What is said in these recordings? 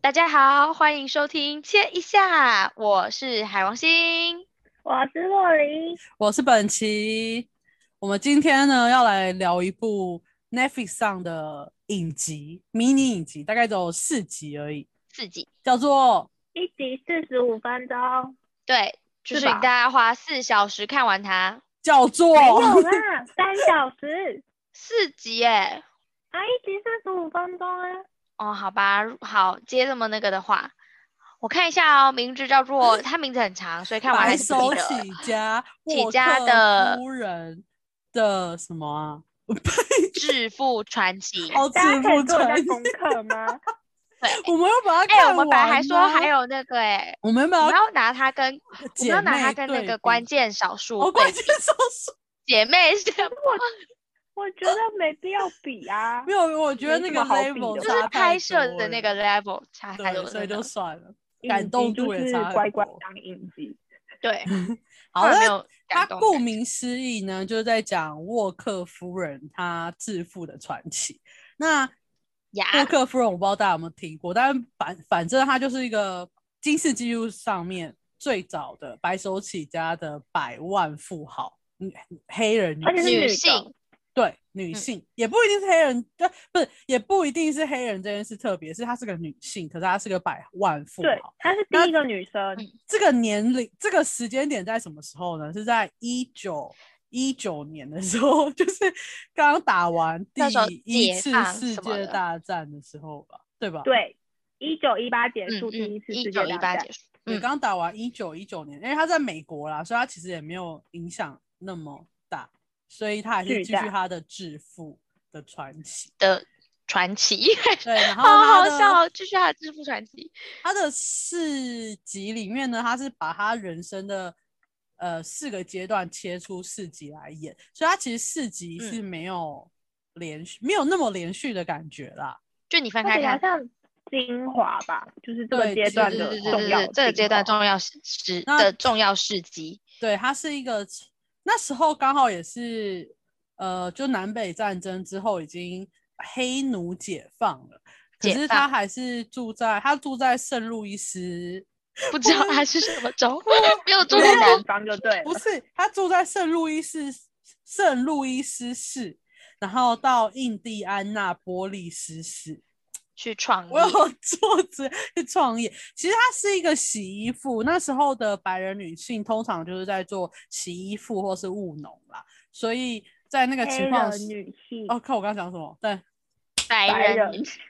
大家好，欢迎收听切一下，我是海王星。我是洛琳，我是本琪。我们今天呢要来聊一部 Netflix 上的影集，迷你影集，大概只有四集而已，自己叫做一集四十五分钟，对，就是是大吧家花四小时看完它，叫做哎没有啦，三小时四集耶。啊，一集四十五分钟 啊，哦，好吧，好，接这么那个的话，我看一下哦，名字叫 做它名字很长，所以看完还白是不记手得了。起家 起沃家克的夫人的什么啊？致富传奇，好大家字可以不做一下传，功课 吗？我们要把它哎、看完、我们本来还哦说还，有那个哎、我们我把们它要拿它跟我们姐要拿它妹跟那对个比关键少数哦，对关键少数姐妹 是我觉得没必要比啊没，有，我觉得没那什个么好比 level 的哦就是差拍太摄多的那了个 level 差太多对，了，所以真就的算了。影感集动就度也是差很乖乖多当影集，对，好后来那没有他感动顾感名思义呢，就是在讲沃克夫人她致富的传奇。那呀，沃克夫人，我不知道大家有没有听过，但反反正她就是一个金氏纪录上面最早的白手起家的百万富豪，女黑人而且女是性，女嗯女的性对女性、也不一定是黑人，对，不是也不一定是黑人这件事特别，是她是个女性，可是她是个百万富对豪。，她是第一个女生，嗯这个年龄这个时间点在什么时候呢？是在一九一九年的时候， 就是刚打完第那时候一解次放世什么界的大战的时候吧，对吧？对，一九一八结嗯束第嗯一次，一世九界一大八战结，束，对，嗯，刚打完一九一九年，因为他在美国啦，所以他其实也没有影响那么大，所以他还是巨继续大他的致富的传奇。的传 奇， 对，然后好好他的笑哦，这是他的致富传奇，他的四集里面呢，他是把他人生的呃四个阶段切出四集来演，所以他其实四集嗯是没有连续，没有那么连续的感觉啦。就你翻而开且好看，像精华吧，就是这对个阶其段对实的对对重对要对，，这个阶段重，重要时时那的重要事迹，对，它是一个那时候刚好也是呃，就南北战争之后已经黑奴解放了，可解是放他还是住在他住在圣路易斯不知道他是什么 州，没有住住在在哪南方就对了不，是，他住在圣路易斯圣路易斯市，然后到印第安纳波利斯市，去创业我，有嗯 做这去创业。其实他是一个洗衣服，那时候的白人女性通常就是在做洗衣服或是务农啦，所以在那个黑情况人是，女性，哦，看我刚刚讲什么？对，白白人人女性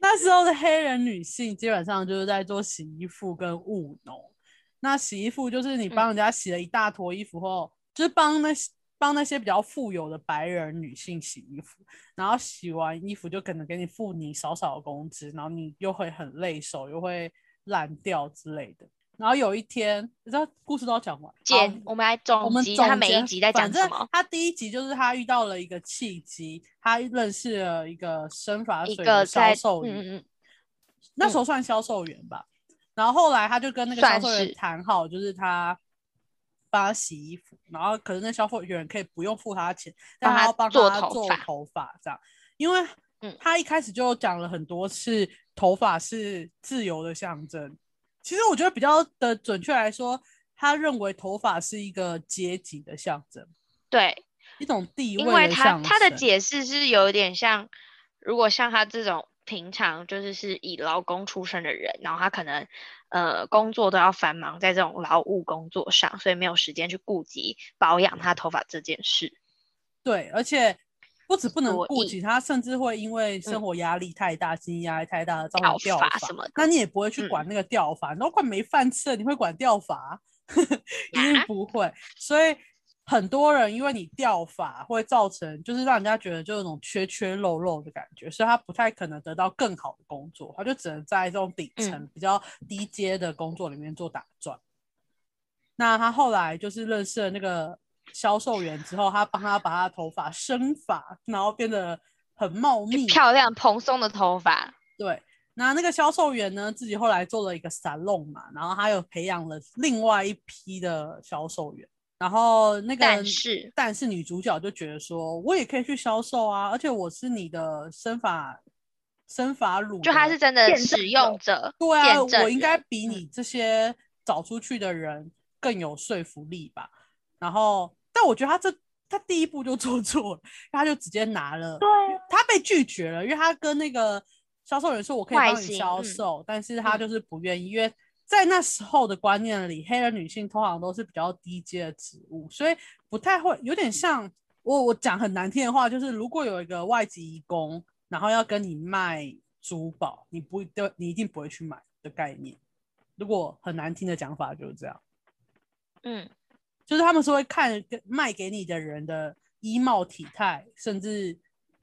那时候的黑人女性基本上就是在做洗衣服跟务农。那洗衣服就是嗯你帮人家洗了一大坨衣服后，就是帮那些帮那些比较富有的白人女性洗衣服，然后洗完衣服就可能给你付你少少的工资，然后你又会很累手，又会烂掉之类的。然后有一天，你知道故事都要讲完，好姐，我们来我总们结总他每一结集在反讲什正么，他第一集就是他遇到了一个契机，他认识了一个生发一水个的销在售嗯员，嗯嗯嗯那时候算销售员吧。然后后来他就跟那个销算售是员谈好，就是他帮他洗衣服，然后可是那销售员可以不用付他钱，但帮他他要帮做他头做发头发这样，因为嗯他一开始就讲了很多次，头发是自由的象征。其实我觉得比较的准确来说，他认为头发是一个阶级的象征，对，一种地因位为的他象他的征解释是有点像，如果像他这种平常就是是以劳工出身的人，然后他可能呃工作都要繁忙在这种劳务工作上，所以没有时间去顾及保养他头发这件事。对，而且不止不能所顾以及他，甚至会因为嗯生活压力太大、经济压力太大，造掉成掉发发什么的那你也不会去嗯管那个掉发，你都快没饭吃了，你会管掉发？ 一定呀不会。所以很多人因为你掉发会造成，就是让人家觉得就有种缺缺漏漏的感觉，所以他不太可能得到更好的工作，他就只能在这种底层、嗯比较低阶的工作里面做打转。那他后来就是认识了那个销售员之后，他帮他把他的头发生发，然后变得很茂密。漂亮蓬松的头发，对，那那个销售员呢，自己后来做了一个散弄嘛，然后他又培养了另外一批的销售员。然后那个，但是但是女主角就觉得说，我也可以去销售啊，而且我是你的生发生发乳的，就他是真的见证使用者，对啊，见证我应该人嗯比你这些找出去的人更有说服力吧。然后，但我觉得他这他第一步就做错了，他就直接拿了，对啊他被拒绝了，因为他跟那个销售人说我可以外帮你形销嗯售，但是他嗯就是不愿意，因为在那时候的观念里，黑人女性通常都是比较低阶的职务，所以不太会，有嗯点像我我讲很难听的话，就是如果有一个外籍义工，然后要跟你卖珠宝，你不对，你一定不会去买的概念。如果很难听的讲法就是这样。嗯，就是他们是会看跟卖给你的人的衣帽、体态，甚至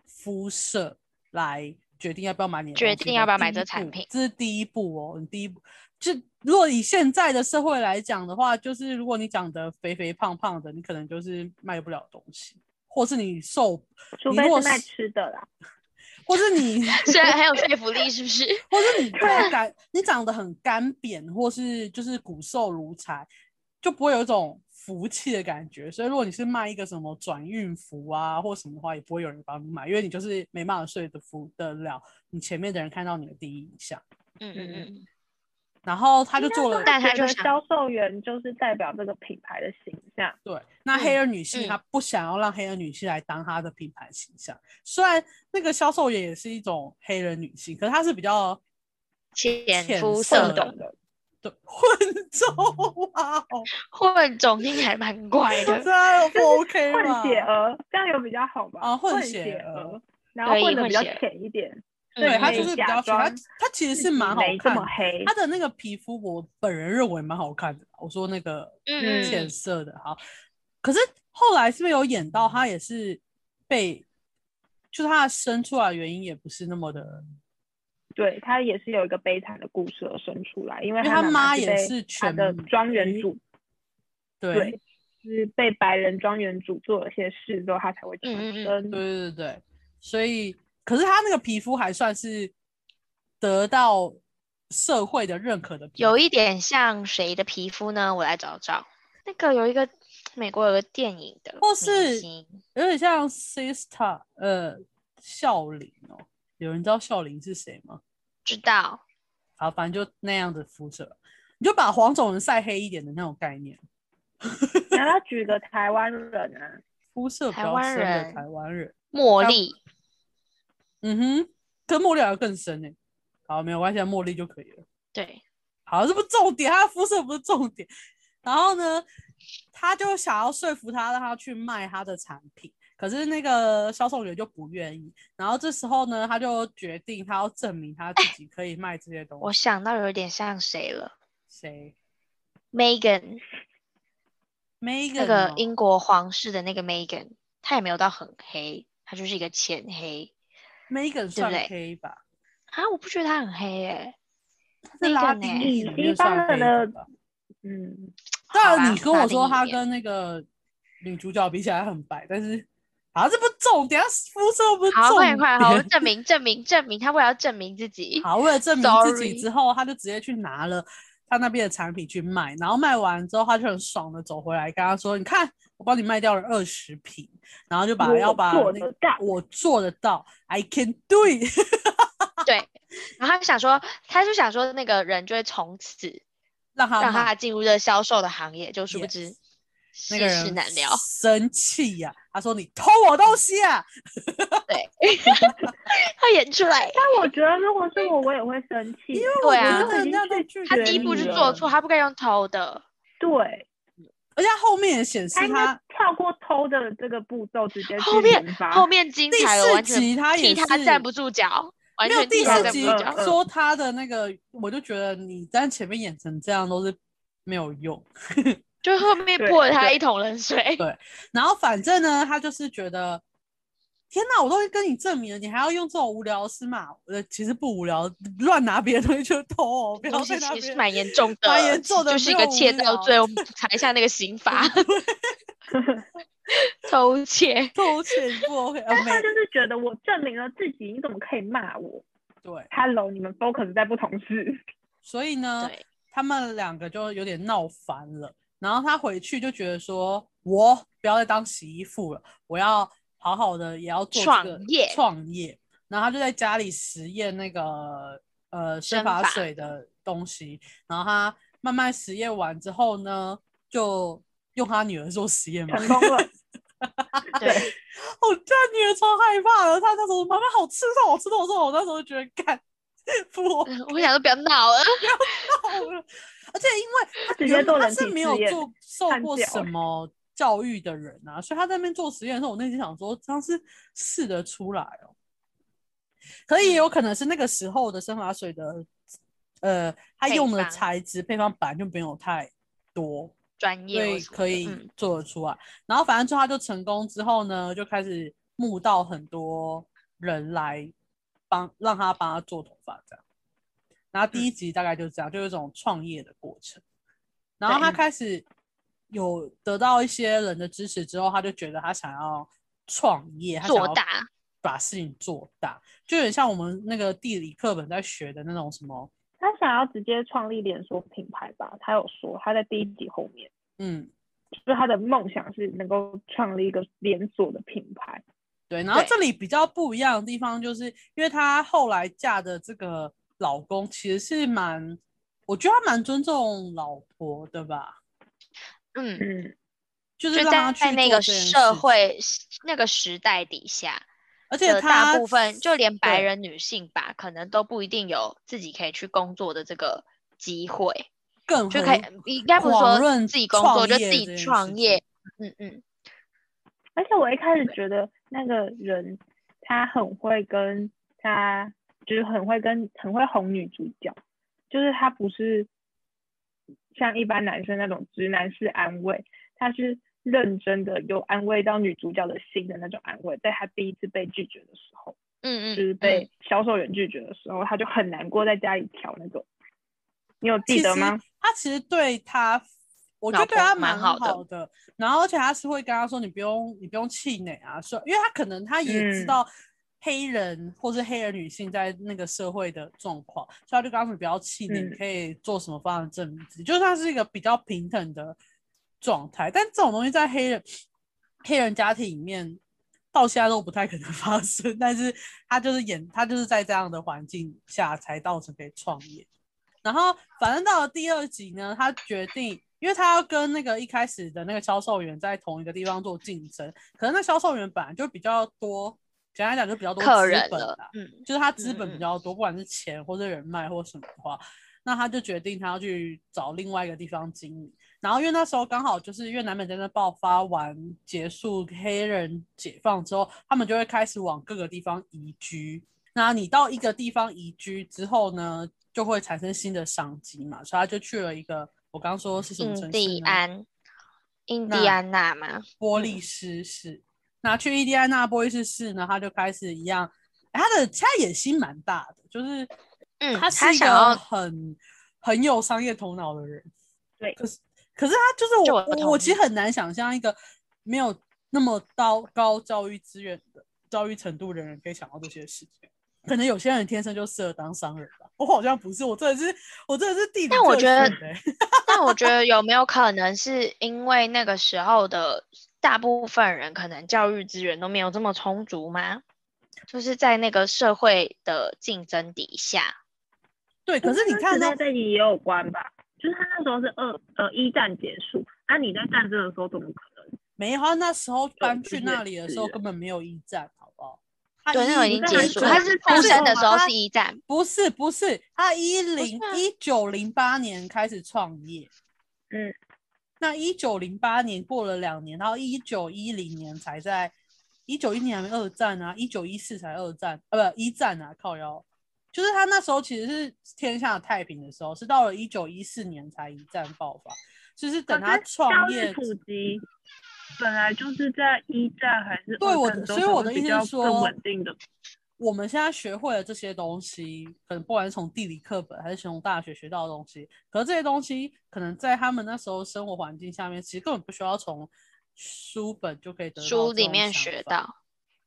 肤色来决定要不要买你的东决西定的要不要第买一这产步品这是第一步哦，你第一步。就如果以现在的社会来讲的话，就是如果你长得肥肥胖胖的，你可能就是卖不了东西，或是你瘦，除你非如果是卖是吃的啦。或是你，虽然很有说服力，是不是？ 或是你太干，你长得很干扁，或是就是骨瘦如柴，就不会有一种福气的感觉。所以如果你是卖一个什么转运服啊或什么的话，也不会有人帮你买，因为你就是没办法说服得了你前面的人看到你的第一印象。嗯嗯嗯，然后他就做了但他觉就得想销售员就是代表这个品牌的形象，对，那黑嗯人女性嗯她不想要让黑人女性来当她的品牌形象，虽然那个销售员也是一种黑人女性，可是她是比较浅浅肤色色混的的种的。对 混种啊， 混种听起来蛮怪 这的，样不 OK 混吗？血儿，这样有比较好吧？啊混混血儿儿，然后对混的混比较血儿浅一点，对，嗯他嗯可就以是比假较喜欢装他其实自是己蛮好没这看么的，黑。他的那个皮肤我本人认为蛮好看的。我说那个嗯浅嗯色的，好，可是后来是不是有演到他也是被，就是他生出来的原因也不是那么的，对他也是有一个悲惨的故事而生出来，因为因为他妈妈妈也被是他全的庄园女主对对，是被白人庄园主做了些事之后，他才会出嗯嗯嗯生。对对对对，所以可是他那个皮肤还算是得到社会的认可的皮肤，有一点像谁的皮肤呢？我来找找，那个有一个美国有个电影的或明哦是星有点像 Sister 呃笑林哦，有人知道笑林是谁吗？知道，好，反正就那样的肤色，你就把黄种人晒黑一点的那种概念，然后他举个台湾人啊，肤色比台较湾深的人台湾人，茉他莉，嗯哼，跟茉莉好像更深呢、好，没有关系，啊茉莉就可以了。对，好，这不重点，他的肤色不是重点。然后呢，他就想要说服他，让他去卖他的产品。可是那个销售员就不愿意。然后这时候呢，他就决定他要证明他自己可以卖这些东我西。想到有点像谁了谁，Megan， ？Megan 那个哦英国皇室的那个 Megan，她也没有到很黑，她就是一个浅黑 Megan 算对黑吧？啊，我不觉得她很黑耶、是拉 Megan 丁欸裔里嗯面西方算黑人的吧？嗯，当好然，啦啊你跟我拉丁说裔他里面跟那个女主角比起来很白，但是啊，这不重点，他肤色不是重好，啊点。快点快点，好，我们证明证明证明，她为了要证明自己，好，为了证明自己 Sorry 之后，他就直接去拿了他那边的产品去卖，然后卖完之后，他就很爽的走回来，跟他说：“你看，我帮你卖掉了二十瓶，然后就把我要把做那得个到我做得到，I can do it。 对，然后她就想说，她就想说那个人就会从此”让他让卖她进入这个销售的行业，就殊不 Yes 知世那个事人难料。生气呀、他说：“你偷我东西啊她演出来，但我觉得如果是我，我也会生气，因为我对啊我觉已得人家经都去她拒绝第一你步就了做错，她不该用偷的。对，！”而且他后面也显示他应该他跳过偷的这个步骤，直接去后面研发后面精啊第彩了，四完全集他也替她是站不住脚，完没有全第替她四站不集住脚。嗯说他的那个，我就觉得你在前面演成这样都是没有用。就后面对泼了她对一桶冷水。然后反正呢，他就是觉得，天哪，我都会跟你证明了，你还要用这种无聊的事嘛？呃，其实不无聊，乱拿别的东西就偷哦，不要东西在那其实边。蛮严重的，蛮严重的就是一个没有窃无盗聊罪，我们查一下那个刑 罚，偷窃。偷窃不 OK 啊？没他就是觉得我证明了自己，你怎么可以骂我对， ？Hello，你们 focus 在不同事，所以呢，对，他们两个就有点闹翻了。然后他回去就觉得说，我不要再当洗衣妇了，我要好好的也要做这个创业创业。然后他就在家里实验那个呃生生发发水的东西，然后他慢慢实验完之后呢，就用他女儿做实验嘛。 成功了，啊对，我家女儿超害怕的，她那时候妈妈好吃痛，好吃痛，我说我那时候觉得干 不好我想说不要闹了，了， 而且因为她直接原本做她人是体没试有验做受看过脚什么教育的人啊，所以她在那边做实验的时候，我内心想说这样是试得出来哦，可嗯以也有可能是那个时候的生发水的，呃，她配用的方材质配方本来就没有太多，专业所或以什么可的以嗯做得出来。然后反正最后他就成功之后呢，就开始募到很多人来帮让他帮他做头发这样。然后嗯第一集大概就是这样，就有一种创业的过程。然后他对开始有得到一些人的支持之后，他就觉得他想要创业，他想做要大，把事情做大，就有点像我们那个地理课本在学的那种什么，他想要直接创立连锁品牌吧？他有说他在第一集后面，嗯，就是他的梦想是能够创立一个连锁的品牌。对，然后对这里比较不一样的地方，就是因为她后来嫁的这个老公其实是蛮，我觉得他蛮尊重老婆的吧，嗯，嗯，就是就让她在在那去个做这件社事会那个时代底下而且的大她部分，就连白对人女性吧，可能都不一定有自己可以去工作的这个机会，更就很可以应该不是狂说论自己工创作，就业自这己件事创情业。嗯嗯，而且我一开始觉得那个人他很会跟他，就是很会跟很会哄女主角，就是他不是像一般男生那种直男式安慰，他是认真的有安慰到女主角的心的那种安慰，在他第一次被拒绝的时候。嗯嗯，就是嗯被销售员拒绝的时候，他就很难过，在家里调那种。你有记其得实吗？他其实对他，我觉得老对婆他蛮蛮好的的。然后而且他是会跟他说，你不用你不用气馁啊，说，因为他可能他也知嗯道黑人或是黑人女性在那个社会的状况，所以他就跟他说你不要气馁，你嗯可以做什么方向证明自己，就是他是一个比较平等的状态。但这种东西在黑人黑人家庭里面。到现在都不太可能 发生，但是他就是演，他就是在这样的环境下才到成可以创业。然后反正到了第二集呢，他决定，因为他要跟那个一开始的那个销售员在同一个地方做竞争，可能那销售员本来就比较多，简单来讲就比较多客资人本啊了啦，，嗯，就是他资本嗯嗯比嗯较多，不管是钱或者人脉或什么的话，那他就决定他要去找另外一个地方经营。然后因为那时候刚好就是越南美战争爆发完结束，黑人解放之后，他们就会开始往各个地方移居。那你到一个地方移居之后呢，就会产生新的商机嘛，所以他就去了一个我刚说是什么印城市第呢？安，印第啊那安纳嘛，波嗯利斯市。那去印第安纳波利斯市呢，他就开始一样，哎他的他野心蛮大的，就是嗯他他是一想个要很很有商业头脑的人，对可是可是他就是这我我我同我其意实很难想象一个没有那么高高教育资源的教育程度的人可以想到这些事情。可能有些人天生就适合当商人吧，我好像不是，我真的是我真的是地理但我特觉得选欸 但我觉得有没有可能是因为那个时候的大部分人可能教育资源都没有这么充足吗？就是在那个社会的竞争底下，对，可是你看哦到嗯到这里也有关吧？就是他那时候是二呃一战结束，那、你在战争的时候怎么可能？没有，他那时候搬这去件那里的事时候了根本没有一战，好不好？他对，那个已经那结还束。是他有是但出是生的时候他是一战，不是不是，他一零啊一九零八年开始创业，嗯，那一九零八年过了两年，然后一九一零年才在一九一零年还没二战啊，一九一四才二战，呃，不一战啊，靠腰，就是他那时候其实是天下太平的时候，是到了一九一四年才一战爆发，就是等可他是创教业育普及本来就是在一战还是对二我战的，中所以我才的会意比思较是说更稳定的。，我们现在学会了这些东西，可能不管是从地理课本还是从大学学到的东西，可是这些东西可能在他们那时候生活环境下面，其实根本不需要从书本就可以得到书这里种面想学法。到。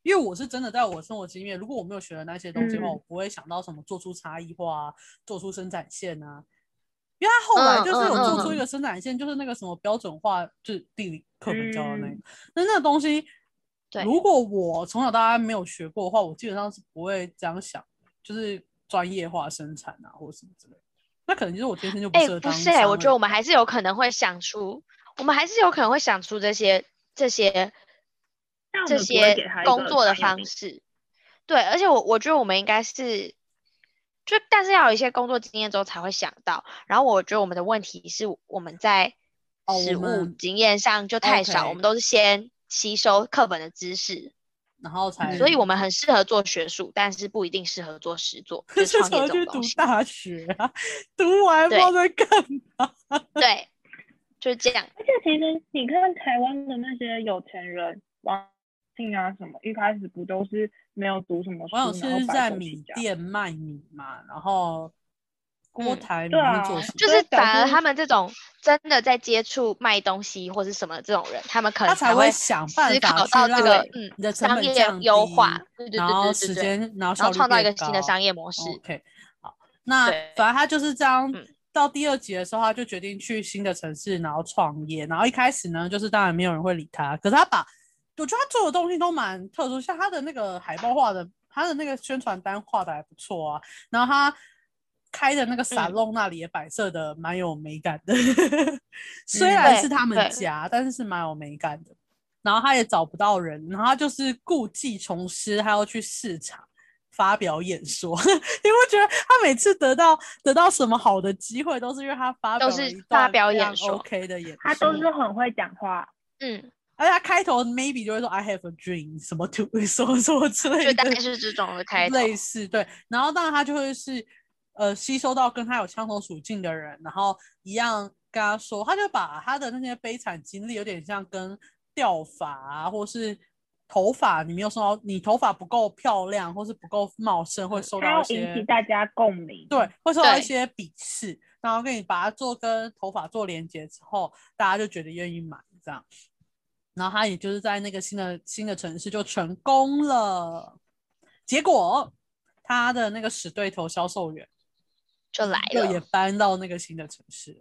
因为我是真的在我生活经验，如果我没有学的那些东西的话，嗯我不会想到什么做出差异化啊，做出生产线啊。因为他后嗯来就是有做出一个生产线，就是那个什么标准化，就是地理课本教的那个。那那个东西嗯对如果我从小到大没有学过的话，我基本上是不会这样想，就是专业化生产啊，或什么之类的。那可能就是我天生就不哎、适合不当是商哎、人。我觉得我们还是有可能会想出，我们还是有可能会想出这些这些但我这们不会些给他一工个作的专业方名词式。对，而且我我觉得我们应该是，就但是要有一些工作经验之后才会想到。然后我觉得我们的问题是我们在哦我实务们经验上就太少，我 OK 们都是先吸收课本的知识，然后才，嗯所以我们很适合做学术，但是不一定适合做实 作，就是 就创才业会这种去读东西。大学啊，读完不知道在干嘛。对，就是这样。而且其实你看台湾的那些有钱人，王庆啊什么，一开始不都是没有读什么书，网友然是后白在手米起家店卖米嘛，然后郭嗯台铭对是啊做什么？就所以是导反而致他们这种真的在接触卖东西或是什么这种人，他们可他能才会会想办思法考去到让这个嗯你的成商本业降优低化，对对然后对时对对对，间，然然后效后率创造一变个新的高哦商业模式。 OK，好，那对反正他就是这样嗯。到第二集的时候，他就决定去新的城市，然后创业。然后一开始呢，就是当然没有人会理他，可是他把我觉得他做的东西都蛮特殊，像他的那个海报画的，他的那个宣传单画的还不错啊。然后他开的那嗯个沙龙那里也摆设的蛮有美感的，虽嗯然对是他们对家，但是是蛮有美感的。然后他也找不到人，然后他就是故技重施，他要去市场发表演说。你会觉得他每次得到得到什么好的机会，都是因为他发表都了是一发段表非演常说 OK 的演说， 他都是很会讲话，嗯，而且他开头 maybe 就会说 I have a dream 什么 to 什么什么之类就的，大概是这种的开头。类似对，然后当然他就会是呃吸收到跟他有相同处境的人，然后一样跟他说，他就把他的那些悲惨经历有点像跟掉发啊，或是头发你没有受到，你头发不够漂亮，或是不够茂盛，会受他到要一引些起大家共鸣。对，会受到一对些鄙视，然后跟你把它做跟头发做连接之后，大家就觉得愿意买这样。然后他也就是在那个新的新的城市就成功了，结果他的那个死对头销售员就来又了也搬到那个新的城市了，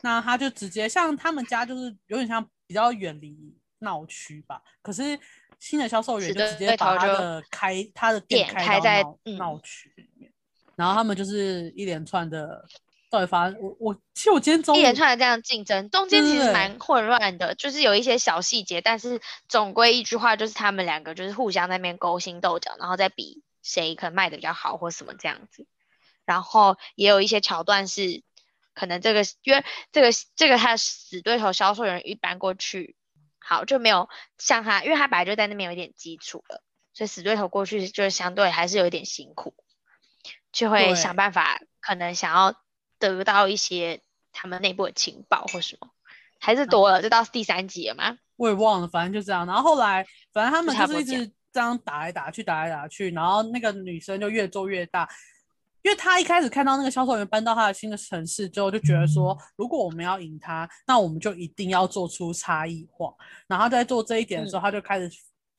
那他就直接像他们家就是有点像比较远离闹区吧，可是新的销售员死就直接对头把他就的开他的店店开开到在闹嗯闹区里面，然后他们就是一连串的到底发生我我其实我今天中午一连串的这样竞争，中间其对实蛮混乱的，就是有一些小细节，但是总归一句话就是他们两个就是互相在那边勾心斗角，然后再比谁可能卖的比较好或什么这样子。然后也有一些桥段是，可能这个因为这个这个他的死对头销售人一搬过去，好就没有像他，因为他本来就在那边有一点基础了，所以死对头过去就是相对还是有一点辛苦，就会想对办法，可能想要得到一些他们内部的情报或什么，还嗯是多了，这到第三集了吗？我也忘了，反正就这样。然后后来，反正他们就差就不是多一直这样打来打去，打来打去，然后那个女生就越做越大。因为她一开始看到那个销售员搬到她的新的城市之后，就觉得嗯说，如果我们要赢他，那我们就一定要做出差异化。然后她在做这一点嗯的时候，她就开始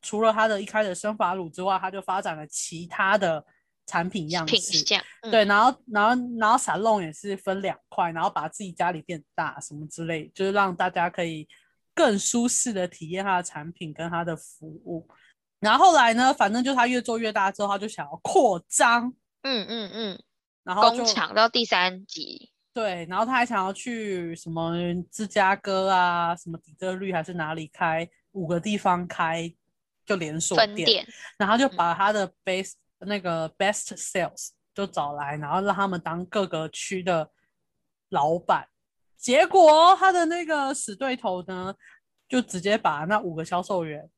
除了她的一开始的生发乳之外，她就发展了其他的产品样品式。相，嗯，对，然后然后然后沙龙也是分两块，然后把自己家里变大什么之类，就是让大家可以更舒适的体验它的产品跟它的服务。然后后来呢，反正就他越做越大之后，他就想要扩张，嗯嗯嗯，然后就工厂到第三集，对，然后他还想要去什么芝加哥啊，什么底特律还是哪里开五个地方开就连锁分店，店，然后嗯就把他的 best 那个 best sales 就找来，然后让他们当各个区的老板。结果哦他的那个死对头呢，就直接把那五个销售员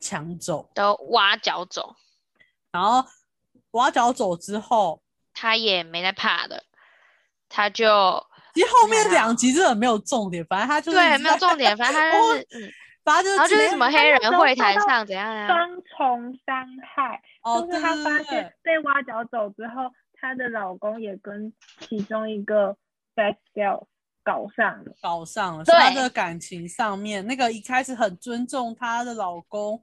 抢走，都挖角走，然后挖角走之后，他也没在怕的，他就其实后面对啊两集真的没有重点，反正他就是对一直没有在重点，反正他我就是嗯， 反正然后就是直什接么他黑那时人候会受谈到上怎样啊？双重伤害，哦，就是对她对发对现被挖角走之后，她的老公也跟其中一个 best sale 搞上了。搞上了，所以她对的感情上面，那个一开始很尊重她的老公，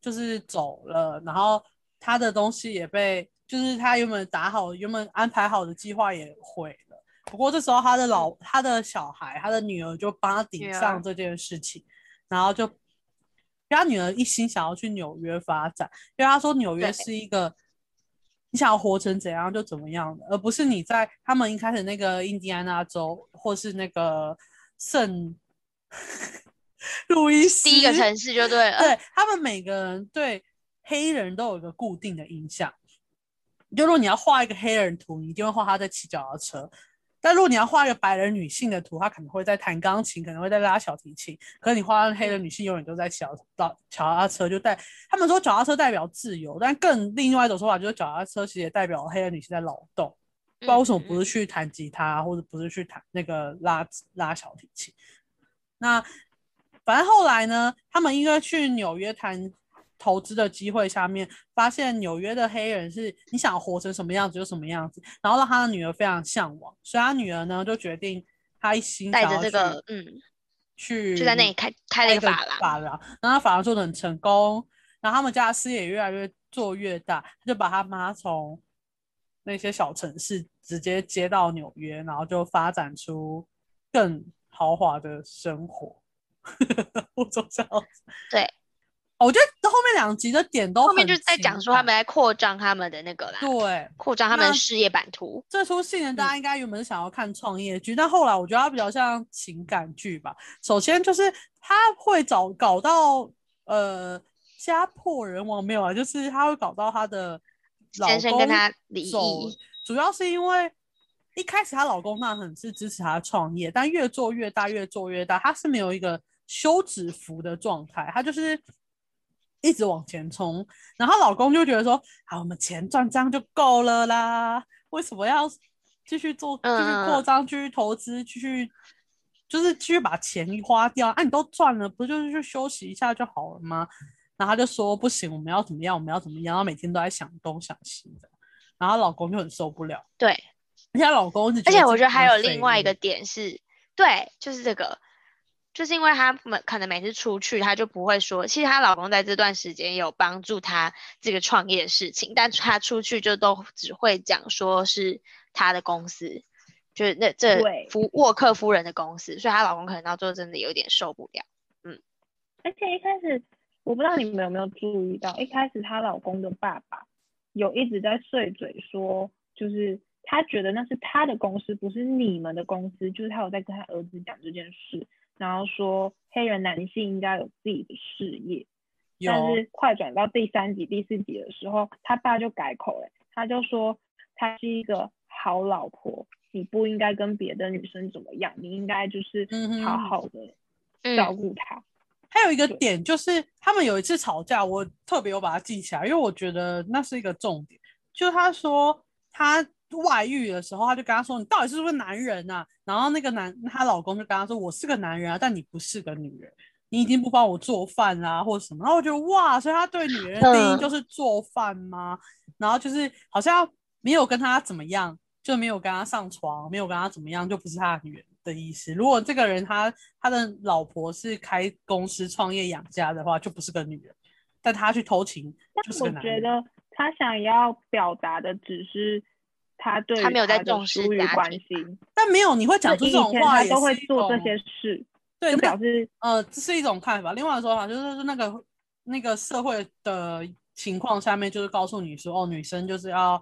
就是走了，然后她的东西也被，就是她原本打好、原本安排好的计划也毁了。不过这时候她的老、她的小孩、她的女儿就帮她顶女上儿这件事情，然后就因为他女儿一心想要去纽约发展，因为他说纽约对是一个你想要活成怎样就怎么样的，而不是你在他们一开始那个印第安纳州或是那个圣 路易斯第一个城市就对了。对他们每个人对黑人都有一个固定的印象。就如果你要画一个黑人图，你一定会画他在骑脚踏车；但如果你要画一个白人女性的图，她可能会在弹钢琴，可能会在拉小提琴。可是你画黑人女性，永远都在骑脚脚脚踏车，就代他们说脚踏车代表自由，但更另外一种说法就是脚踏车其实也代表黑人女性在劳动。嗯不知道为什么不是去？去弹吉他，或者不是去弹那个拉拉小提琴。那反正后来呢，他们因为去纽约谈投资的机会，下面发现纽约的黑人是你想活成什么样子就什么样子，然后让他的女儿非常向往，所以他女儿呢就决定她一心带想着要这去个嗯，去就在那里开开了一个法廊。哎法郎，然后他法郎做的很成功，然后他们家的事业也越来越做越大，他就把他妈从那些小城市直接接到纽约，然后就发展出更豪华的生活。 我总想要，对哦我觉得后面两集的点都后面很就在情讲说他感们在扩张他们的那个啦，对扩张他们那的事业版图。这出戏呢，嗯大家应该原本是想要看创业剧，但后来我觉得它比较像情感剧吧。首先就是他会找搞到呃家破人亡没有啊，就是他会搞到他的老先生公跟她离走异，主要是因为一开始她老公那很是支持她创业，但越做越大，越做越大，她是没有一个休止符的状态，她就是一直往前冲。然后她老公就觉得说：“啊，我们钱赚这样就够了啦，为什么要继续做，继续扩嗯张，继续投资，继续就是继续把钱花掉？啊，你都赚了，不就是去休息一下就好了吗？”然后她就说：“不行，我们要怎么样？我们要怎么样？”她每天都在想东想西的。然后她老公就很受不了，对，而且她老公一直而且我觉得自己还是有废另外一物个点是，对，就是这个，就是因为她们可能每次出去，她就不会说，其实她老公在这段时间有帮助她这个创业的事情，但她出去就都只会讲说是她的公司，就是那这对夫沃克夫人的公司，所以她老公可能到最后真的有点受不了。而且一开始我不知道你们有没有注意到，一开始她老公的爸爸有一直在碎嘴说，就是他觉得那是他的公司，不是你们的公司，就是他有在跟他儿子讲这件事，然后说黑人男性应该有自己的事业。有但是快转到第三集、第四集的时候，他爸就改口了，他就说她是一个好老婆，你不应该跟别的女生怎么样，你应该就是嗯哼好好的照嗯，顾她。还有一个对点就是，他们有一次吵架，我特别有把它记起来，因为我觉得那是一个重点。就他说他外遇的时候，他就跟他说：“你到底是不是男人啊？”然后那个男她老公就跟他说：“我是个男人啊，但你不是个女人，你已经不帮我做饭啦、或者什么。”然后我觉得哇，所以他对女人的定义嗯就是做饭吗？然后就是好像没有跟他怎么样，就没有跟他上床，没有跟他怎么样，就不是他的女人的意思。如果这个人他他的老婆是开公司创业养家的话，就不是个女人，但他去偷情就是我个男觉人。得他想要表达的只是他对他于没有在的重视疏于家关庭心，但没有，你会讲出就这以种前话他也都会是一做这种些事，对，就那表 示呃，这是一种看法。另外的说法就是，那个那个社会的情况下面，就是告诉你说，哦，女生就是要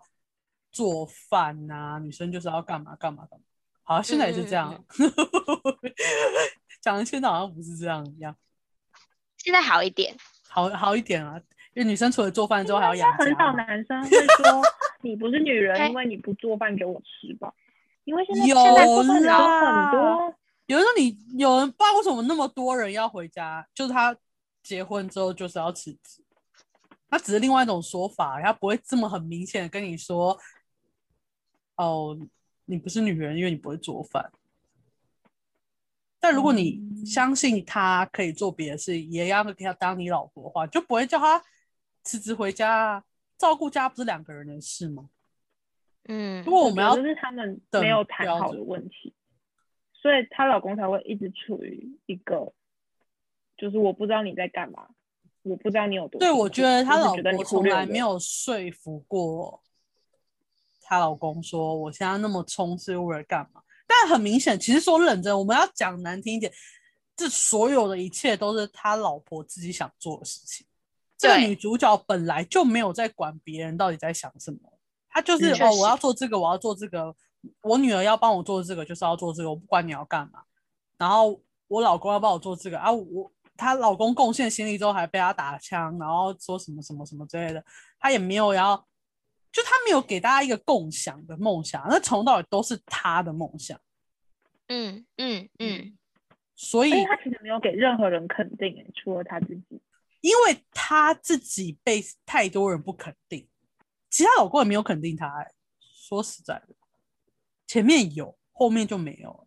做饭呐、女生就是要干嘛干嘛干嘛。好，现在也是这样，嗯 讲的现在好像不是这样一样，现在好一点，好好一点啊。因为女生除了做饭之后还要养那家很少嘛，男生会说你不是女 人，哎因为你不做饭给我吃吧。因为现在有现在做饭的人啦很多，有人说你有人不知道为什么那么多人要回家，就是他结婚之后就是要辞职，他只是另外一种说法，他不会这么很明显的跟你说，哦，你不是女人，因为你不会做饭。但如果你嗯相信他可以做别的事，也要给他当你老婆的话，就不会叫他辞职回家啊。照顾家不是两个人的事吗？嗯如，果我们要这是他们没有谈好的问题，所以她老公才会一直处于一个，就是我不知道你在干嘛，我不知道你有多对，辛我苦觉得她我只老觉得你婆忽从略来我没有说服过她老公说，我现在那么冲是为了干嘛？但很明显，其实说认真，我们要讲难听一点，这所有的一切都是他老婆自己想做的事情。这个对女主角本来就没有在管别人到底在想什么，她就是、嗯确哦，实我要做这个，我要做这个，我女儿要帮我做这个，就是要做这个，我不管你要干嘛。然后我老公要帮我做这个啊，我她老公贡献心力之后还被她打枪，然后说什么什么什么之类的，她也没有要，就她没有给大家一个共享的梦想，那从头到尾都是她的梦想，嗯嗯嗯，所以而且哎他其实没有给任何人肯定耶，除了他自己。因为她自己被太多人不肯定，其他老公也没有肯定她、欸。说实在的，前面有，后面就没有了。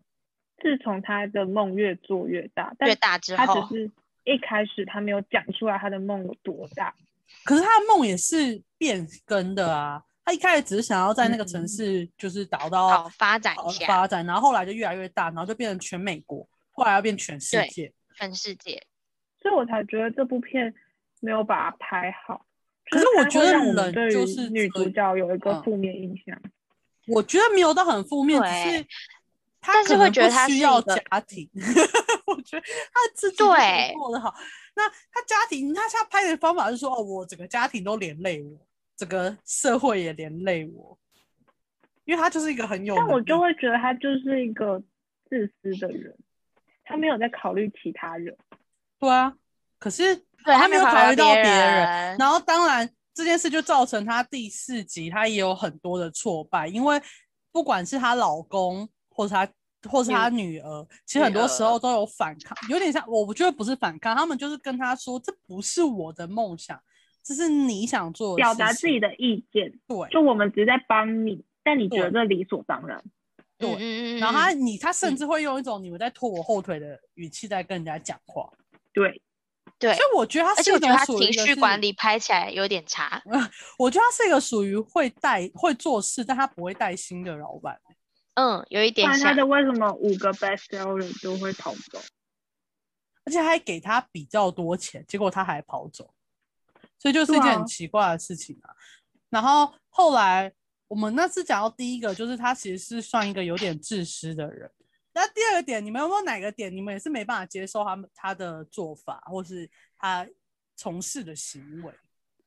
自从他的梦越做越大，但越大之他后只，是一开始他没有讲出来他的梦有多大，可是她的梦也是变更的啊。她一开始只是想要在那个城市就是找嗯好到发展好一的下发展，然后后来就越来越大，然后就变成全美国，后来要变全世对界。全世界。所以我才觉得这部片没有把它拍好。可是就我它觉会得让我冷们对就于是女这主角有一个嗯负面印象，我觉得没有到很负面，只对是她但是可会能觉得不她需是要一个家庭。 我觉得她自己就可以对过得好。那她家庭，她现在拍的方法是说，哦，我整个家庭都连累我，整个社会也连累我，因为她就是一个很有能但力。我就会觉得他就是一个自私的人，他没有在考虑其他人。对啊，可是对她他没有考考虑到别别人，嗯然后当然这件事就造成她第四集她也有很多的挫败，因为不管是她老公或是她或是她女儿，其实很多时候都有反抗，有点像我我觉得不是反抗，他们就是跟她说这不是我的梦想，这是你想做的表事达自己情的意见，对。就我们只是在帮你，但你觉对得这理所当然。嗯对嗯嗯，然嗯后她你她甚嗯至会用一种你们在拖我后腿的语气在跟人家讲话，对，对所，以我觉得她而且是一我觉得种他属于情一个绪是管理拍起来有点差，我觉得他是一个属于会带、会做事，但他不会带薪的老板。嗯，有一不点然他像的，为什么五个 bestseller 都会逃走？而且还给他比较多钱，结果他还跑走，所以就是一对件啊很奇怪的事情啊。然后后来我们那次讲到第一个，就是他其实是算一个有点自私的人。那第二个点，你们有没有哪个点你们也是没办法接受他们他的做法，或是他从事的行为？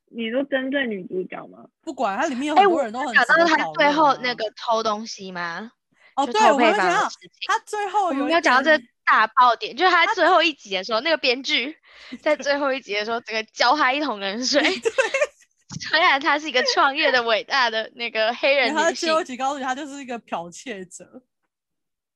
你说针对女主角吗？不管他里面有哎很多我人都很讲值到得他讨最论后啊那个偷东西吗？哦，就对，偷我还配没方讲的到事情。他最后我有们一啊要讲到个这个大爆点，就是他最后一集的时候，那个编 剧在最后一集的时候，整个浇他一桶冷水。 虽然他是一个创业的伟大的那个黑人然后他女最后性，集告诉你，他就是一个剽窃者，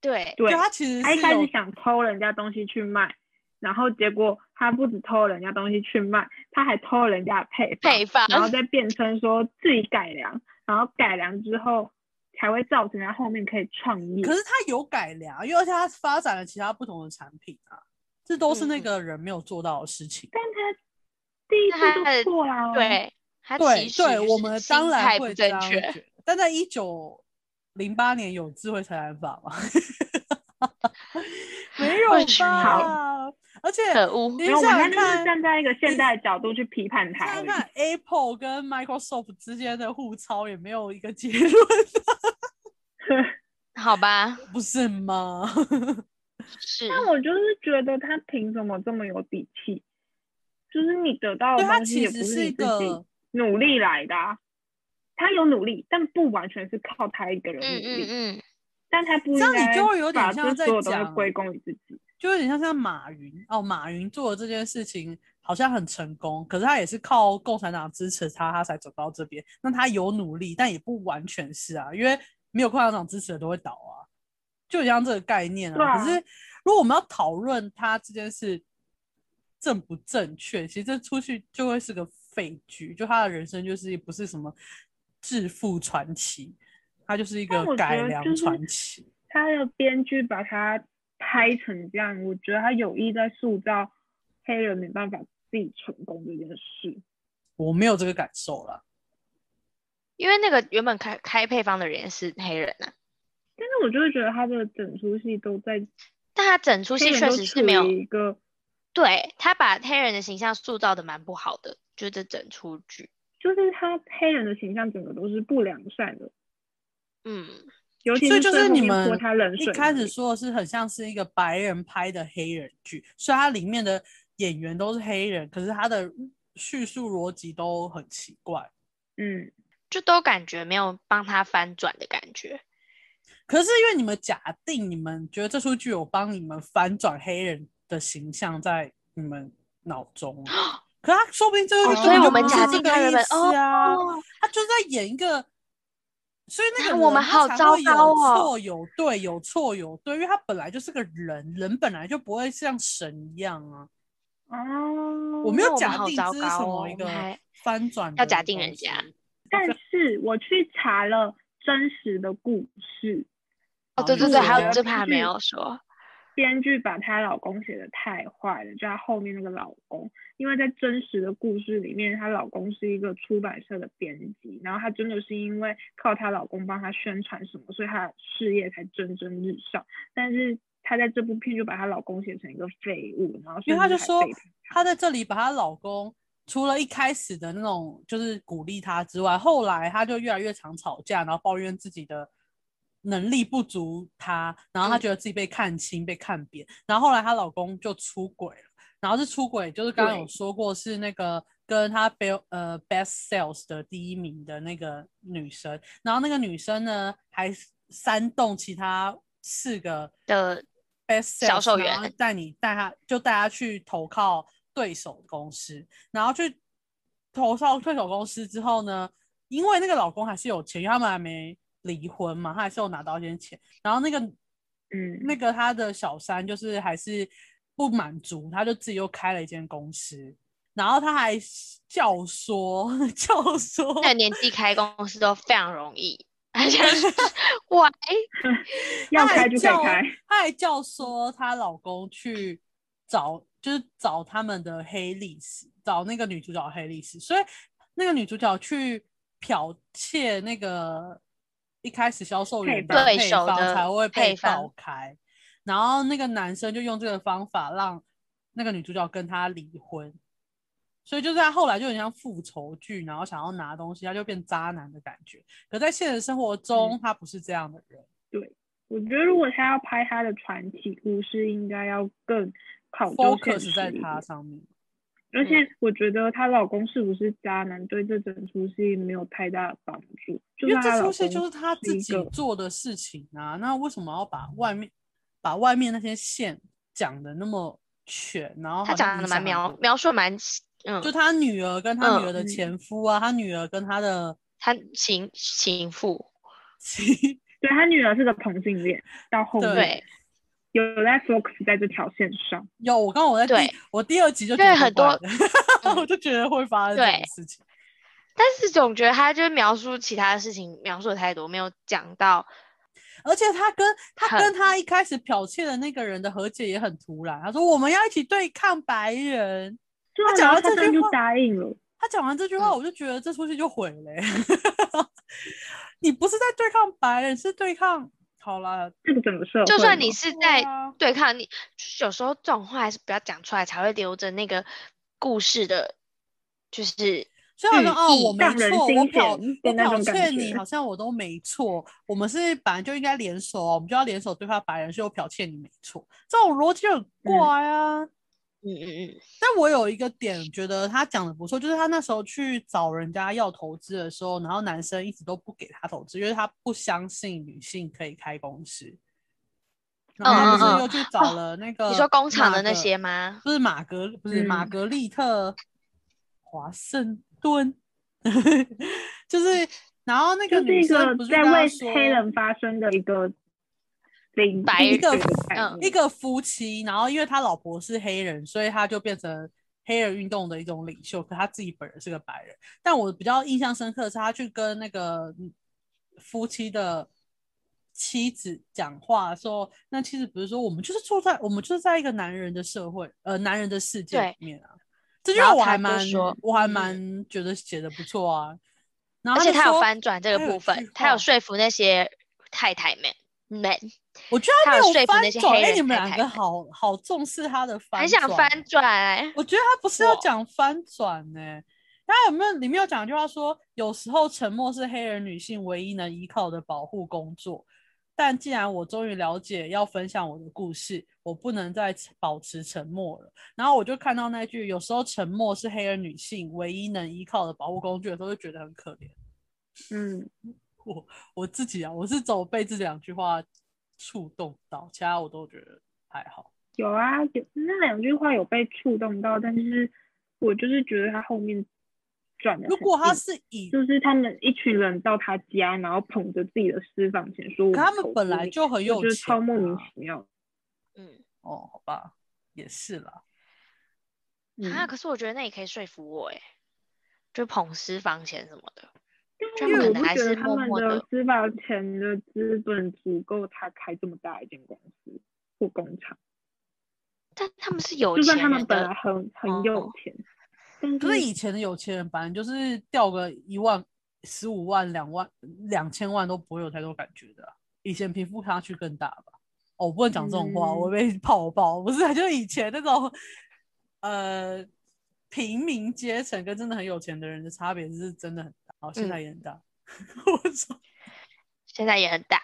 对，就对，他其实他啊是一开有始想偷人家东西去卖，然后结果他不止偷人家东西去卖，他还偷人家的配方，配方然后再辩称说自己改良，然后改良之后才会造成他后面可以创业可。是他有改良，因为而且他发展了其他不同的产品啊，这都是嗯那嗯个人没有做到的事情。但他第一那次他的就错啦、哦，，对，他对其实对，就我是们心当然态会不正这样觉确。得，但在一九零八年有智慧财产法 吗？没有我也觉得吧？而且可恶你因为我们想现在想就是看，站在一个现代的角度去批判他而看已。看 Apple 跟 Microsoft 之间的互抄也没有一个结论， 好吧，不是吗？是 但我就是觉得他凭什么这么有底气？就是你得到的对，他东西其也实不是你一自己个，努力来的、啊，他有努力，但不完全是靠他一个人嗯努力，嗯嗯，但他不应这样你该就会有点把像这在所有东西讲归功于自己。就有点像像马云哦，马云做的这件事情好像很成功，可是他也是靠共产党支持他，他才走到这边。那他有努力，但也不完全是啊，因为没有共产党支持的都会倒啊，就有像这个概念对啊可是如果我们要讨论他这件事正不正确，其实这出去就会是个废剧，就他的人生就是不是什么致富传奇，他就是一但个我觉改得良就是传奇。他的编剧把他拍成这样，我觉得他有意在塑造黑人没办法自己成功这件事。我没有这个感受啦。因为那个原本开开配方的人也是黑人啊，但是我就会觉得他的整出戏都在但他整出黑戏人确都实处是没有于一个对他把黑人的形象塑造的蛮不好的，就这整出剧，就是他黑人的形象整个都是不良善的，嗯，尤其所以就是最后你面们泼他冷一水那里，开始说的是很像是一个白人拍的黑人剧，虽然它里面的演员都是黑人，可是它的叙述逻辑都很奇怪。嗯，就都感觉没有帮他翻转的感觉。可是因为你们假定你们觉得这出剧有帮你们翻转黑人的形象在你们脑中啊，可他说不定这个哦剧所以根本就我们不是假这定个他原意本思啊，哦他就是在演一个。所以那个那我们人好他才糟会有糕哦错有对，有错有对，因为他本来就是个人，人本来就不会像神一样啊。哦，我没那有嗯我们假好定糟这是什糕么哦一我个们还翻转要的假定人东家西但是我去查了真实的故事，哦，好对你对是对，觉还有得这趴还没是有说，编剧把她老公写的太坏了，就她后面那个老公，因为在真实的故事里面，她老公是一个出版社的编辑，然后她真的是因为靠她老公帮她宣传什么，所以她的事业才蒸蒸日上。但是她在这部片就把她老公写成一个废物，然后因为她她就说她在这里把她老公除了一开始的那种就是鼓励她之外，后来她就越来越常吵架，然后抱怨自己的能力不足她，然后她嗯觉得自己被看轻、被看扁，然后后来她老公就出轨了，然后是出轨，就是刚刚有对说过是那个跟她 bell 呃 best sales 的第一名的那个女生，然后那个女生呢还煽动其他四个的 best 销 sales，售然后员带你带他就带他去投靠对手公司，然后去投靠对手公司之后呢，因为那个老公还是有钱，因为他们还没离婚嘛，他还是有拿到一些钱，然后那个嗯，那个他的小三就是还是不满足，他就自己又开了一间公司。然后他还教 唆，教唆，那个年纪开公司都非常容易。而且 哇，哎，要她还开就可叫以开，她还叫说她老公去找，就是找他们的黑历史，找那个女主角的黑历史，所以那个女主角去剽窃那个一开始销售员配方的配对手方的才会被配方爆开，然后那个男生就用这个方法让那个女主角跟他离婚。所以就是他后来就很像复仇剧，然后想要拿东西，他就变渣男的感觉。可在现实生活中，嗯他不是这样的人。我觉得如果他要拍他的传奇故事，应该要更考究现实 focus 在一他点上面。而且嗯我觉得她老公是不是渣男，对这整出戏没有太大的帮助。就因为算她这啊老出戏公就是他自一己个做的事情啊，那为什么要把外面把外面那些线讲的那么全？然后他好像讲影的蛮响很描多描述得蛮，嗯，就他女儿跟他女儿的嗯前夫啊，他女儿跟他的 他情情妇，对她女儿是个同性恋，到后面对，有在 focus 在这条线上。有我刚刚我在第对我第二集就因觉得为很怪怪 的嗯我就觉得会发生这种对事情。但是总觉得他就是描述其他的事情描述的太多，没有讲到而且他跟他很跟他一开始剽窃的那个人的和解也很突然，他说我们要一起对抗白人。对她啊，讲然到后她这真句的话就答应了。他讲完这句话，嗯我就觉得这出戏就毁了欸、 你不是在对抗白人，是对抗好了，这个整个社会嘛，就算你是嗯对在啊对抗你，就是有时候这种话还是不要讲出来，才会留着那个故事的，就是所以好像寓哦，我意没嗯让人错，我心剽险我的那剽种感窃你，觉好像我都没错，我们是本来就应该联手哦，我们就要联手对抗白人，所以我剽窃你没错，这种逻辑很怪啊。嗯嗯嗯，但我有一个点觉得他讲的不错，就是他那时候去找人家要投资的时候，然后男生一直都不给他投资，因为他不相信女性可以开公司。然嗯后他嗯嗯不是又去找了那个、你说工厂的那些？吗？不是马格，不是玛嗯格丽特华盛顿， 就是然后那个就是女一生个不是在跟他为说黑人发声的一个领白一个人概嗯念一个夫妻，然后因为他老婆是黑人，所以他就变成黑人运动的一种领袖。可他自己本人是个白人，但我比较印象深刻的是他去跟那个夫妻的妻子讲话的时候，那妻子不是说我们就是住在我们就是在一个男人的社会，呃，男人的世界对里面啊。这句然话后我他还就蛮说我还嗯蛮觉得写的不错啊。然后而且就他有说嗯翻转这他个有部句分，他有话说服那些太太们们，我觉他得有没说服翻那些转，黑哎、人你们太两太个们好好重视他的翻，很想翻。转欸，我觉得他不是要我讲翻转呢、他有没有里面有讲一句话说，有时候沉默是黑人女性唯一能依靠的保护工作。但既然我终于了解要分享我的故事，我不能再保持沉默了。然后我就看到那句“有时候沉默是黑人女性唯一能依靠的保护工具”的时候，就觉得很可怜。嗯，我我自己啊，我是走被这两句话触动到，其他我都觉得还好。有啊，有那两句话有被触动到，但是我就是觉得他后面转的。如果他是嗯以就是他们一群人到他家，然后捧着自己的私房钱说我可他投们资本来你就很有我觉得钱超莫名啊其妙。嗯，哦，好吧，也是啦。嗯，啊，可是我觉得那也可以说服我哎，就捧私房钱什么的，因就为可我能不还觉得是他默们默的的，私房钱的资本足够他开这么大一间公司或工厂，但他们是有就算钱他们人本来的，很哦很有钱，但可是以前的有钱人，反正就是掉个一万、十五万、两万、两千万都不会有太多感觉的啊、以前贫富差距更大吧？哦，我不能讲这种话，我被泡爆。不是啊，就是以前那种呃平民阶层跟真的很有钱的人的差别是真的很大，哦，现在也很大。 我操！现在也很大，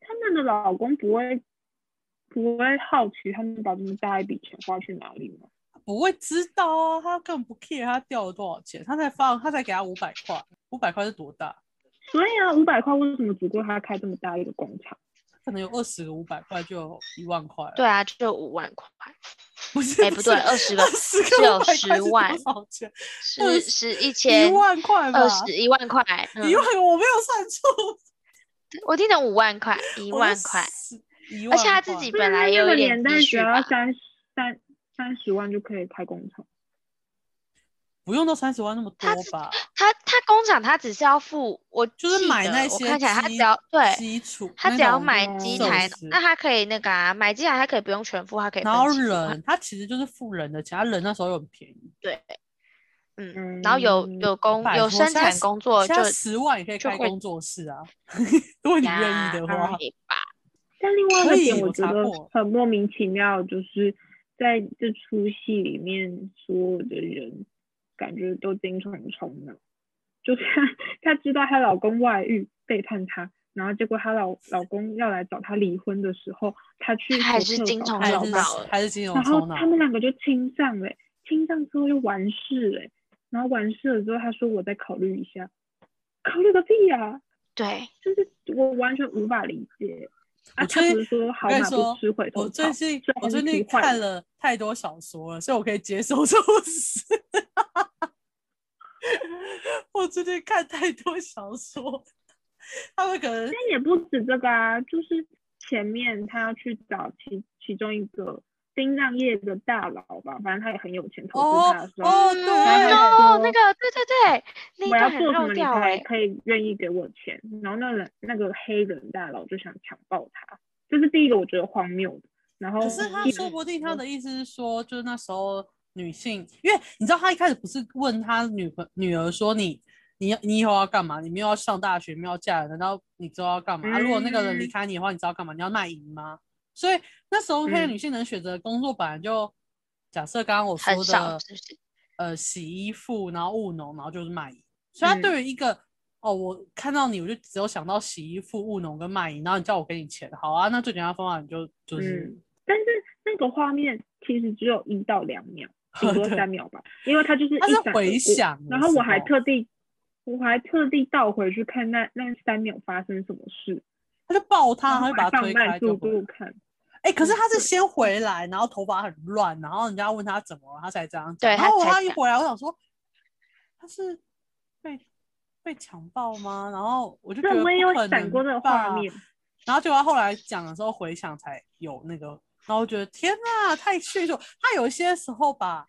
他们的老公不会不会好奇他们把这么大一笔钱花去哪里吗？不会知道啊，他根本不 care 他掉了多少钱，他才放，他才给他五百块，五百块是多大？所以啊，五百块为什么足够他开这么大一个工厂？可能有二十个五百块就有一万块了。对啊，就五万块，不是，哎不对20个 十是有10万多少钱？二是十是一一千万块吧？二十一万块，嗯一万，我没有算错，我听成五万块，一一万块，，一而万块。且他自己不本然来也那有个一点年代积只蓄要吧，三三三十万就可以开工厂，不用到三十万那么多他自吧？他他工厂他只是要付，我就是记买得那我些看起来他只基要对。基础，他那只要种买的机寿台司，那他可以那个啊，买机台他可以不用全付，他可以然后分期付款人，他其实就是付人的钱，他人那时候又很便宜，对，嗯，然后有嗯有工拜有托生现在产工作现就在十万也可以就开会工作室啊， 如果你愿意呀的话可。以吧？但另外一可个以点，我我觉查得过很莫名其妙，就是在这出戏里面，所有的人感觉都精神冲脑。就是她知道她老公外遇背叛她，然后结果她老老公要来找她离婚的时候，她去她还索是票精找虫她还脑老是脑公，了还是金融然头后脑，他们两个就亲上了欸、亲上之后就完事了欸、然后完事了之后，她说我再考虑一下，考虑个屁呀、对，就是我完全无法理解。啊，我他最不是说好我跟你马不说吃回头我草最，近虽我然最是近坏看人了太多小说了，所以我可以接受这种事。 我最近看太多小说，他们可能但也不止这个啊，就是前面他要去找其其中一个殡葬业的大佬吧，反正他也很有钱，投资哦他的时候，哦嗯对哦，那个对对对，那一我要段很做什么漏你掉才哎，可以愿意给我钱？然后那人那个黑人大佬就想强暴他，这是第一个我觉得荒谬的。然后可是他第说二不定个他的意思是说，就是那时候女性，因为你知道他一开始不是问他女朋女儿说你你你以后要干嘛？你们又要上大学，没有要嫁人，难道你知道要干嘛？啊如果那个人离嗯开你的话，你知道干嘛？你要卖淫吗？所以那时候黑嗯人女性能选择的工作本来就，假设刚刚我很说少的是不是？呃洗衣服，然后务农，然后就是卖淫。所以他嗯对于一个、哦，我看到你我就只有想到洗衣服、务农跟卖淫，然后你叫我给你钱，好啊，那最简单的方法你就就是。嗯但是那个画面其实只有一到两秒， 顶 多对三秒吧，因为它就是它一是闪而回过响的然后时我还候特地，我还特地倒回去看那那三秒发生什么事，他就抱他，然他后就把还他放推慢开速就回度来。看。哎、可是嗯他是对先回来，然后头发很乱，然后人家问他怎么了，他才这样讲。对然后他才他一讲回来，我想说他是被被强暴吗？然后我就觉那得我也有不可闪过能这个吧画面，然后结果他后来讲的时候回想才有那个，然后我觉得天呐，太迅速！他有一些时候吧，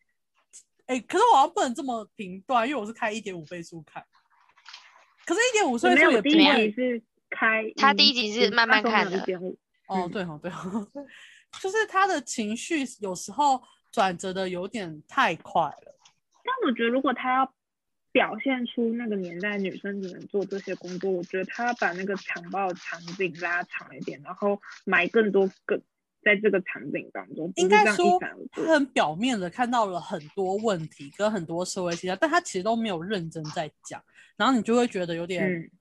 哎、可是我好像不能这么评断，因为我是开一点五倍速看。可是，一点五你岁没数有也第不一怎么样会集是开嗯音，他第一集是慢慢看一的点五， 哦，嗯对哦，对哦，就是他的情绪有时候转折的有点太快了。但我觉得，如果她要表现出那个年代女生只能做这些工作，我觉得她要把那个强暴的场景拉长一点，然后埋更多梗在这个场景当中，不应是该这样说一闪而，他过。很表面的看到了很多问题跟很多社会现象，但他其实都没有认真在讲，然后你就会觉得有点、嗯，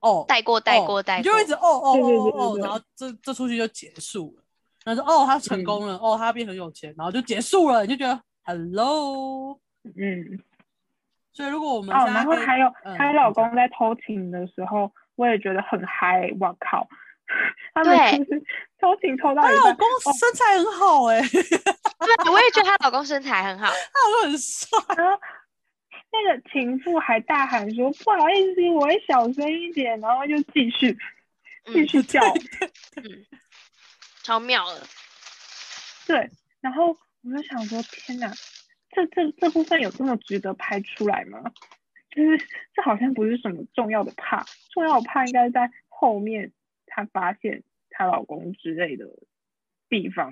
哦，带过带过带你过，就会一直哦哦对对哦对对哦，对然后这这出去就结束了。然后说哦，他成嗯功了，哦，他变很有钱，然后就结束了，你就觉得 hello。嗯，所以如果我们哦，现在然后可以还有嗯她你老讲公在偷情的时候，我也觉得很嗨，我靠， 他们对是不是偷情偷到她一老半，哦公身材很好哎、欸， 对，我也觉得她老公身材很好，他老公很帅，然后那个情妇还大喊说不好意思，我会小声一点，然后就继续继嗯，续 叫，超妙的。对，然后我就想说，天哪，这这这部分有这么值得拍出来吗？就是这好像不是什么重要的怕，重要的怕应该在后面她发现她老公之类的地方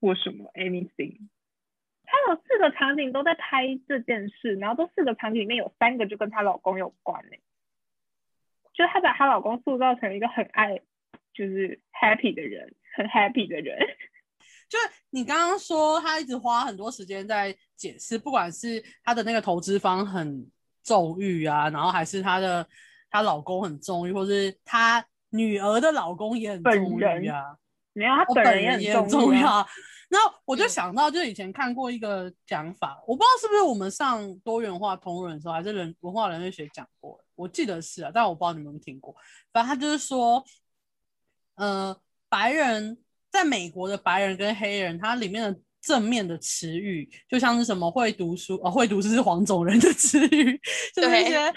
或什么 anything。她有四个场景都在拍这件事，然后这四个场景里面有三个就跟她老公有关呢、就她把她老公塑造成一个很爱，就是 happy 的人，很 happy 的人。就是你刚刚说他一直花很多时间在解释，不管是他的那个投资方很纵欲啊，然后还是他的她老公很纵欲，或是她女儿的老公也很本纵欲啊。没有，他我本人人也很很重重要。要。然后我就嗯想到，就是以前看过一个讲法，我不知道是不是我们上多元化通论的时候，还是人文化人类学讲过，我记得是啊，但我不知道你们有没有听过。反正他就是说，呃，白人在美国的白人跟黑人，它里面的正面的词语，就像是什么会读书，呃，会读书是黄种人的词语，就是一对 些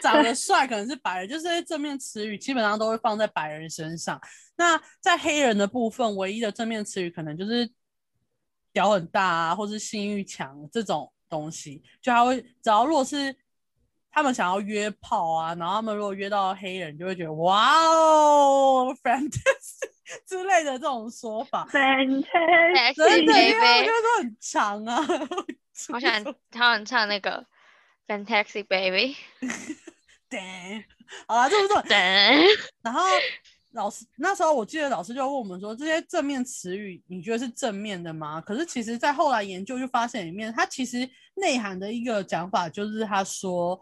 长得帅可能是白人，就是这些正面词语基本上都会放在白人身上。那在黑人的部分，唯一的正面词语可能就是屌很大啊，或是性欲强这种东西。就他会，只要如果是他们想要约炮啊，然后他们如果约到黑人，就会觉得哇哦，fantastic 之类的这种说法。 Fantastic 真的，因为我 baby 觉得都很长啊。 好想好想唱那个 Fantastic Baby，对，好啦，这不是。等，然后老师那时候我记得老师就问我们说，这些正面词语你觉得是正面的吗？可是其实，在后来研究就发现里面，它其实内涵的一个讲法就是他说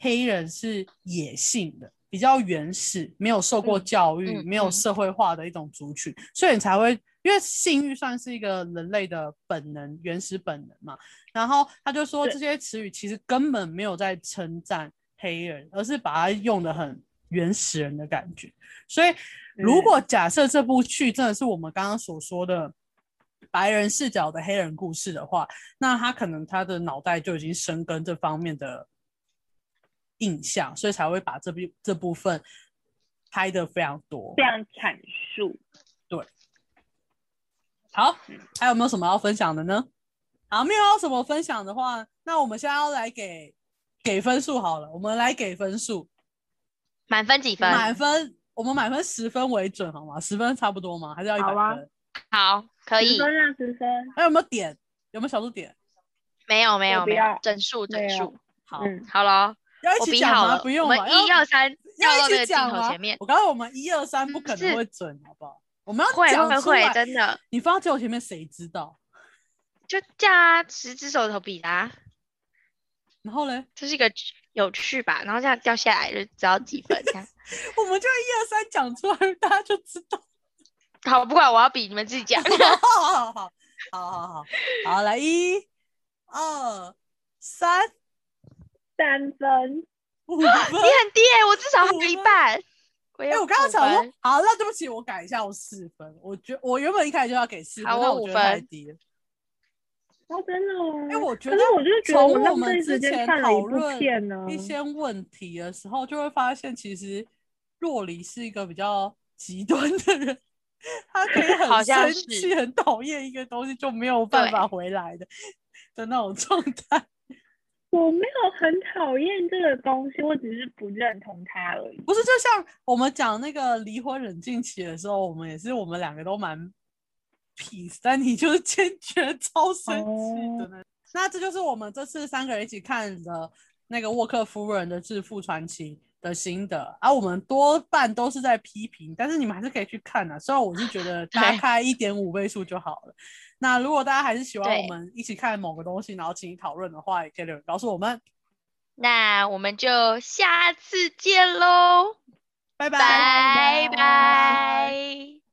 黑人是野性的。比较原始，没有受过嗯教育、嗯没有嗯社会化的一种族群，所以你才会，因为性欲算是一个人类的本能、原始本能嘛。然后他就说对这些词语其实根本没有在称赞黑人，而是把它用的很原始人的感觉。所以如嗯果假设这部剧真的是我们刚刚所说的白人视角的黑人故事的话，那他可能他的脑袋就已经生根这方面的印象，所以才会把这部这部分拍的非常多这。样阐述。好，还有没有什么要分享的呢？好，没有要什么分享的话，那我们现在要来给给分数好了，我们来给分数，满分几分？满分，我们满分十分为准好吗？十分差不多吗？还是要一百好分？啊好，可以十，分让十分，还有没有点？有没有小数点？没有没我有不没有要，整数整没有数，好，嗯，好咯，要一我起比讲好吗？了，不用我吧，们一要二三要要到那一起个镜讲头吗前面，我刚刚我们一二三不嗯可能是会准，好不好？我们要会讲会出会，来真的你放在最后前面，谁知道？就这样啊，十只手指头比的啊，然后嘞，这是一个有趣吧，然后这样掉下来就知道几分这样。我们就一二三讲出来，大家就知道。好，不管我要比你们自己讲。 好好好好好好，好来一、二、三，三分，五分。你很低哎、我至少还有一五分半。我哎、有我刚刚五想说分，好，那对不起，我改一下，我四分。我觉我原本一开始就要给四分，好但我我五觉得太分低了。哦，真的哦。哎、我觉可得是我就是觉得从我我浪们费之时前间看了一讨部论片呢。一些问题的时候，就会发现其实若离是一个比较极端的人， 他可以好很像生是气、很讨厌一个东西，就没有办对法回来的的那种状态。我没有很讨厌这个东西，我只是不认同它而已。不是，就像我们讲那个离婚冷静期的时候，我们也是，我们两个都蛮 peace，但你就是坚决超生哦气的那。那这就是我们这次三个人一起看的那个沃克夫人的《致富传奇》的心得啊，我们多半都是在批评，但是你们还是可以去看啊。虽然我是觉 得大家对开一点五倍数就好了。那如果大家还是喜欢对我们一起看某个东西，然后请你讨论的话，也可以留言告诉我们。那我们就下次见喽，拜拜拜拜拜